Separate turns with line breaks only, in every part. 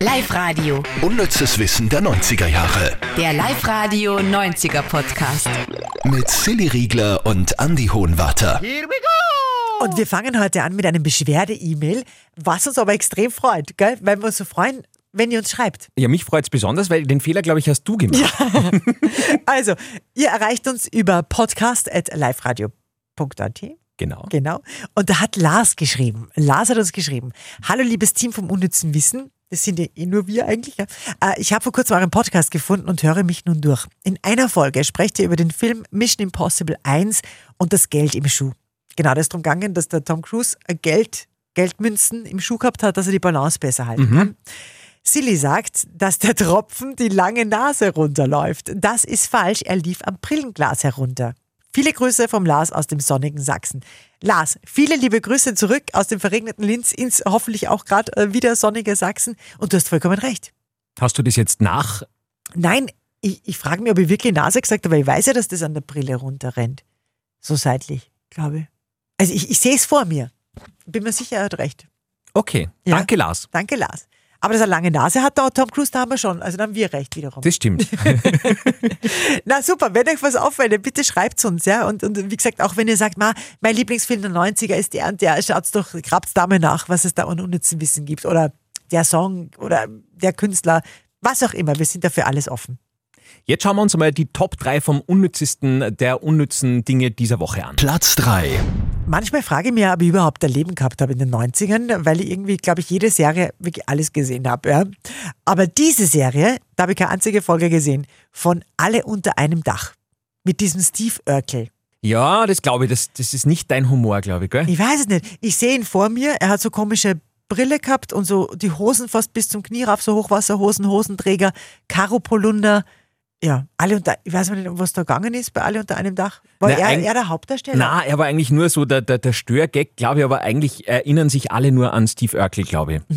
Live-Radio.
Unnützes Wissen der 90er Jahre.
Der Live-Radio 90er Podcast.
Mit Silly Riegler und Andy Hohenwarter.
Und wir fangen heute an mit einem Beschwerde-E-Mail, was uns aber extrem freut, gell? weil wir uns so freuen, wenn ihr uns schreibt.
Ja, mich freut es besonders, weil den Fehler, glaube ich, hast du gemacht.
Also, ihr erreicht uns über podcast.liferadio.at.
Genau.
Genau. Und da hat Lars geschrieben. Lars hat uns geschrieben. Hallo, liebes Team vom Unnützen Wissen. Das sind ja eh nur wir eigentlich. Ja. Äh, Ich habe vor kurzem euren Podcast gefunden und höre mich nun durch. In einer Folge sprecht ihr über den Film Mission Impossible 1 und das Geld im Schuh. Genau, da ist darum gegangen, dass der Tom Cruise äh, Geld, Geldmünzen im Schuh gehabt hat, dass er die Balance besser halten kann. Silly sagt, dass der Tropfen die lange Nase runterläuft. Das ist falsch, er lief am Brillenglas herunter. Viele Grüße vom Lars aus dem sonnigen Sachsen. Lars, viele liebe Grüße zurück aus dem verregneten Linz ins hoffentlich auch gerade äh, wieder sonnige Sachsen. Und du hast vollkommen recht.
Hast du das jetzt nach?
Nein, ich, ich frage mich, ob ich wirklich Nase gesagt habe, weil ich weiß ja, dass das an der Brille runterrennt. So seitlich, glaube ich. Also ich, ich sehe es vor mir. Bin mir sicher, er hat recht.
Okay.
Ja.
Danke, Lars.
Danke, Lars. Aber dass er lange Nase hat, da Tom Cruise, da haben wir schon. Also da haben wir recht wiederum.
Das stimmt.
Na super, wenn euch was auffällt, bitte schreibt uns, ja. Und, und wie gesagt, auch wenn ihr sagt, ma, mein Lieblingsfilm der 90er ist der und der, schaut's doch, grabt's da mal nach, was es da an unnützen Wissen gibt. Oder der Song oder der Künstler, was auch immer. Wir sind dafür alles offen.
Jetzt schauen wir uns mal die Top 3 vom unnützesten der unnützen Dinge dieser Woche an.
Platz 3.
Manchmal frage ich mich, ob ich überhaupt ein Leben gehabt habe in den 90ern, weil ich irgendwie, glaube ich, jede Serie wirklich alles gesehen habe. Ja. Aber diese Serie, da habe ich keine einzige Folge gesehen, von Alle unter einem Dach. Mit diesem Steve Urkel.
Ja, das glaube ich, das, das ist nicht dein Humor, glaube ich, gell?
Ich weiß es nicht. Ich sehe ihn vor mir. Er hat so komische Brille gehabt und so die Hosen fast bis zum Knie rauf, so Hochwasserhosen, Hosenträger, Karopolunder. Ja, alle unter, ich weiß nicht, um was da gegangen ist bei alle unter einem Dach. War
Na,
er,
eigentlich-
er der Hauptdarsteller?
Na, er war eigentlich nur so der, der, der Störgag, glaube ich, aber eigentlich erinnern sich alle nur an Steve Urkel, glaube ich.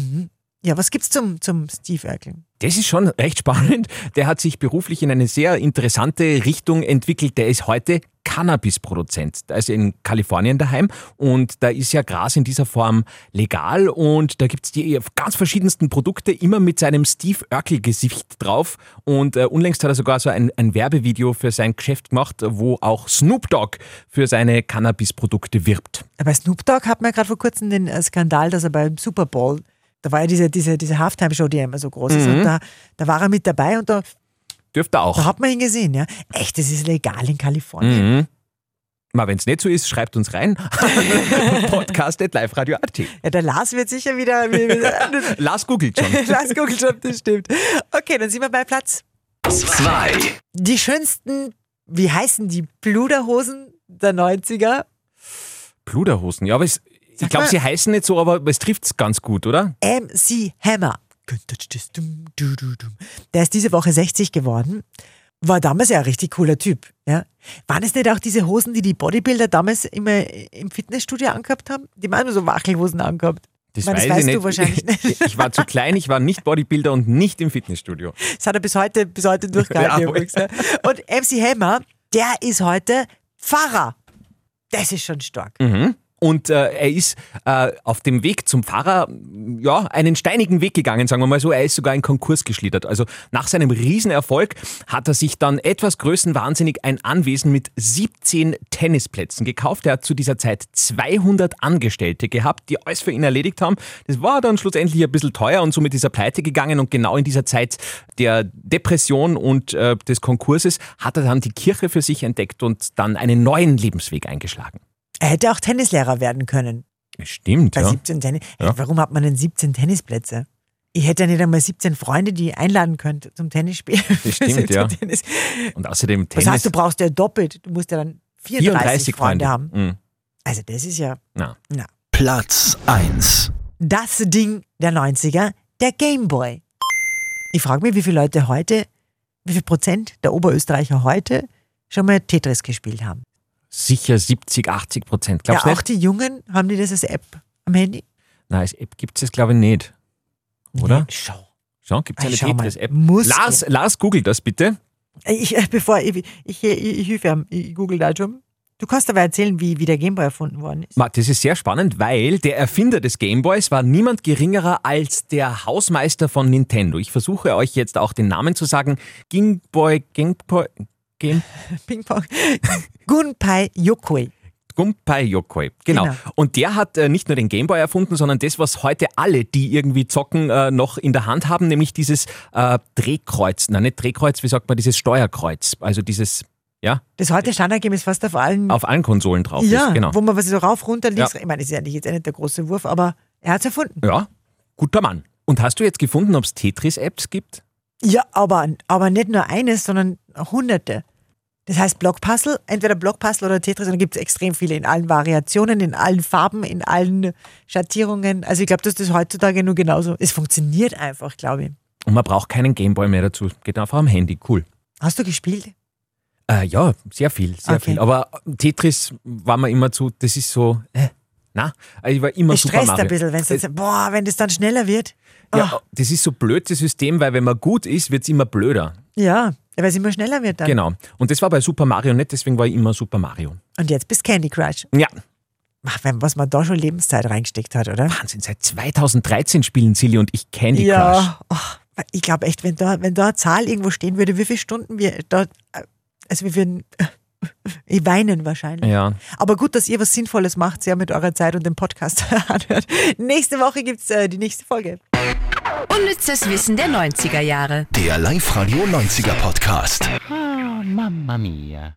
Ja, was gibt's zum, zum Steve Urkel?
Das ist schon recht spannend. Der hat sich beruflich in eine sehr interessante Richtung entwickelt. Der ist heute Cannabisproduzent. Der ist in Kalifornien daheim und da ist ja Gras in dieser Form legal und da gibt's die ganz verschiedensten Produkte immer mit seinem Steve Urkel-Gesicht drauf. Und äh, unlängst hat er sogar so ein, ein Werbevideo für sein Geschäft gemacht, wo auch Snoop Dogg für seine Cannabisprodukte wirbt.
Bei Snoop Dogg hat man ja gerade vor kurzem den äh, Skandal, dass er beim Super Bowl, da war ja diese, diese, diese Halftime-Show, die ja immer so groß ist,
Mhm.
und da, da war er mit dabei und da,
Dürfte er
da
auch.
hat man ihn gesehen, ja. Echt, das ist legal in Kalifornien.
Mhm. Mal, wenn's nicht so ist, schreibt uns rein. Podcast at liveradio.at.
Ja, der Lars wird sicher wieder. wieder
Lars googelt schon.
Lars googelt schon, das stimmt. Okay, dann sind wir bei Platz.
2.
Die schönsten, wie heißen die Bluderhosen der 90er?
Pluderhosen, ja, aber es, ich glaube,
mal-
sie heißen nicht so, aber es trifft's ganz gut, oder?
MC Hammer. Der ist diese Woche 60 geworden. War damals ja ein richtig cooler Typ. Ja. Waren es nicht auch diese Hosen, die die Bodybuilder damals immer im Fitnessstudio angehabt haben? Die haben immer so Wachelhosen angehabt. Ich meine, das weißt du wahrscheinlich nicht.
Ich war zu klein, ich war nicht Bodybuilder und nicht im Fitnessstudio.
Das hat er bis heute, bis heute durchgehalten.
Ja, voll.
übrigens. ne? Und MC Hammer, der ist heute Pfarrer. Das ist schon stark.
Mhm. Und äh, er ist äh, auf dem Weg zum Pfarrer ja, einen steinigen Weg gegangen, sagen wir mal so. Er ist sogar in Konkurs geschlittert. Also nach seinem Riesenerfolg hat er sich dann etwas größenwahnsinnig ein Anwesen mit 17 Tennisplätzen gekauft. Er hat zu dieser Zeit 200 Angestellte gehabt, die alles für ihn erledigt haben. Das war dann schlussendlich ein bisschen teuer und somit ist er pleite gegangen. Und genau in dieser Zeit der Depression und äh, des Konkurses hat er dann die Kirche für sich entdeckt und dann einen neuen Lebensweg eingeschlagen.
Er hätte auch Tennislehrer werden können.
Stimmt,
Bei
ja.
17 Tennis.
Ja.
Warum hat man denn 17 Tennisplätze? Ich hätte ja nicht einmal 17 Freunde, die ich einladen könnte zum Tennisspielen.
Das stimmt,
Zum
ja.
Tennis.
Und außerdem
Das
Tennis.
heißt, du brauchst ja doppelt. Du musst ja dann 34, Freunde, haben.
Mhm.
Also das ist ja
Na.
Platz 1.
das Ding der 90er, der Gameboy. Ich frage mich, wie viele Leute heute, wie viel Prozent der Oberösterreicher heute schon mal Tetris gespielt haben.
Sicher 70, 80 Prozent. Glaubst du
ja, auch
nicht?
die Jungen, haben die das als App am Handy?
Nein, als App gibt es das, glaube ich, nicht. Oder?
Nee, schau.
Schon, gibt es
Ach,
eine
schau mal.
Tetris-App?
Muss
Lars, Lars, google das bitte.
Ich, äh, bevor ich, ich, ich, ich, hilf ihm, ich google da schon. Du kannst aber erzählen, wie, wie der Gameboy erfunden worden ist.
Ma, Das ist sehr spannend, weil der Erfinder des Gameboys war niemand geringerer als der Hausmeister von Nintendo. Ich versuche euch jetzt auch den Namen zu sagen. Gameboy, Gameboy, Game,
Ping-Pong. Gunpei Yokoi.
Gunpei Yokoi. Genau.
Genau.
Und der hat äh, nicht nur den Gameboy erfunden, sondern das, was heute alle, die irgendwie zocken, äh, noch in der Hand haben, nämlich dieses äh, Drehkreuz. Nein, nicht Drehkreuz, wie sagt man, dieses Steuerkreuz. Also dieses, ja,
Das heute Standardgame ist fast auf allen,
auf allen Konsolen drauf
ja,
ist. Genau.
wo man was so rauf, runter links.
Ja.
Ich meine, das ist ja nicht jetzt nicht der große Wurf, aber er hat es erfunden.
Ja, guter Mann. Und hast du jetzt gefunden, ob es Tetris-Apps gibt?
Ja, aber, aber nicht nur eines, sondern hunderte. Das heißt Blockpuzzle, entweder Blockpuzzle oder Tetris, und da gibt es extrem viele in allen Variationen, in allen Farben, in allen Schattierungen. Also ich glaube, dass das heutzutage nur genauso. Es funktioniert einfach, glaube ich.
Und man braucht keinen Gameboy mehr dazu. Geht einfach am Handy. Cool.
Hast du gespielt?
Äh, ja, sehr viel, sehr
Okay.
viel. Aber Tetris war mir immer zu, das ist so, äh, na, ich war immer
Es
Super
stresst
Mario. Äh,
ein bisschen, wenn es jetzt, boah, wenn das dann schneller wird. Ah,
Ja, das ist so blöd, das System, weil wenn man gut ist, wird's immer blöder.
Ja, weil es immer schneller wird dann.
Genau. Und das war bei Super Mario nicht, deswegen war ich immer Super Mario.
Und jetzt bis Candy Crush.
Ja,
Ach, wenn, was man da schon Lebenszeit reingesteckt hat, oder?
Wahnsinn, seit 2013 spielen Silly und ich Candy Crush.
ja. ach, ich glaube echt, wenn da, wenn da eine Zahl irgendwo stehen würde, wie viele Stunden wir dort, äh, also wir würden äh, weinen wahrscheinlich.
Ja.
Aber gut, dass ihr was Sinnvolles macht, sehr mit eurer Zeit und dem Podcast anhört. Nächste Woche gibt's äh, die nächste Folge.
Unnützes Wissen der 90er Jahre.
Der Live-Radio 90er Podcast.
Ah, mamma mia.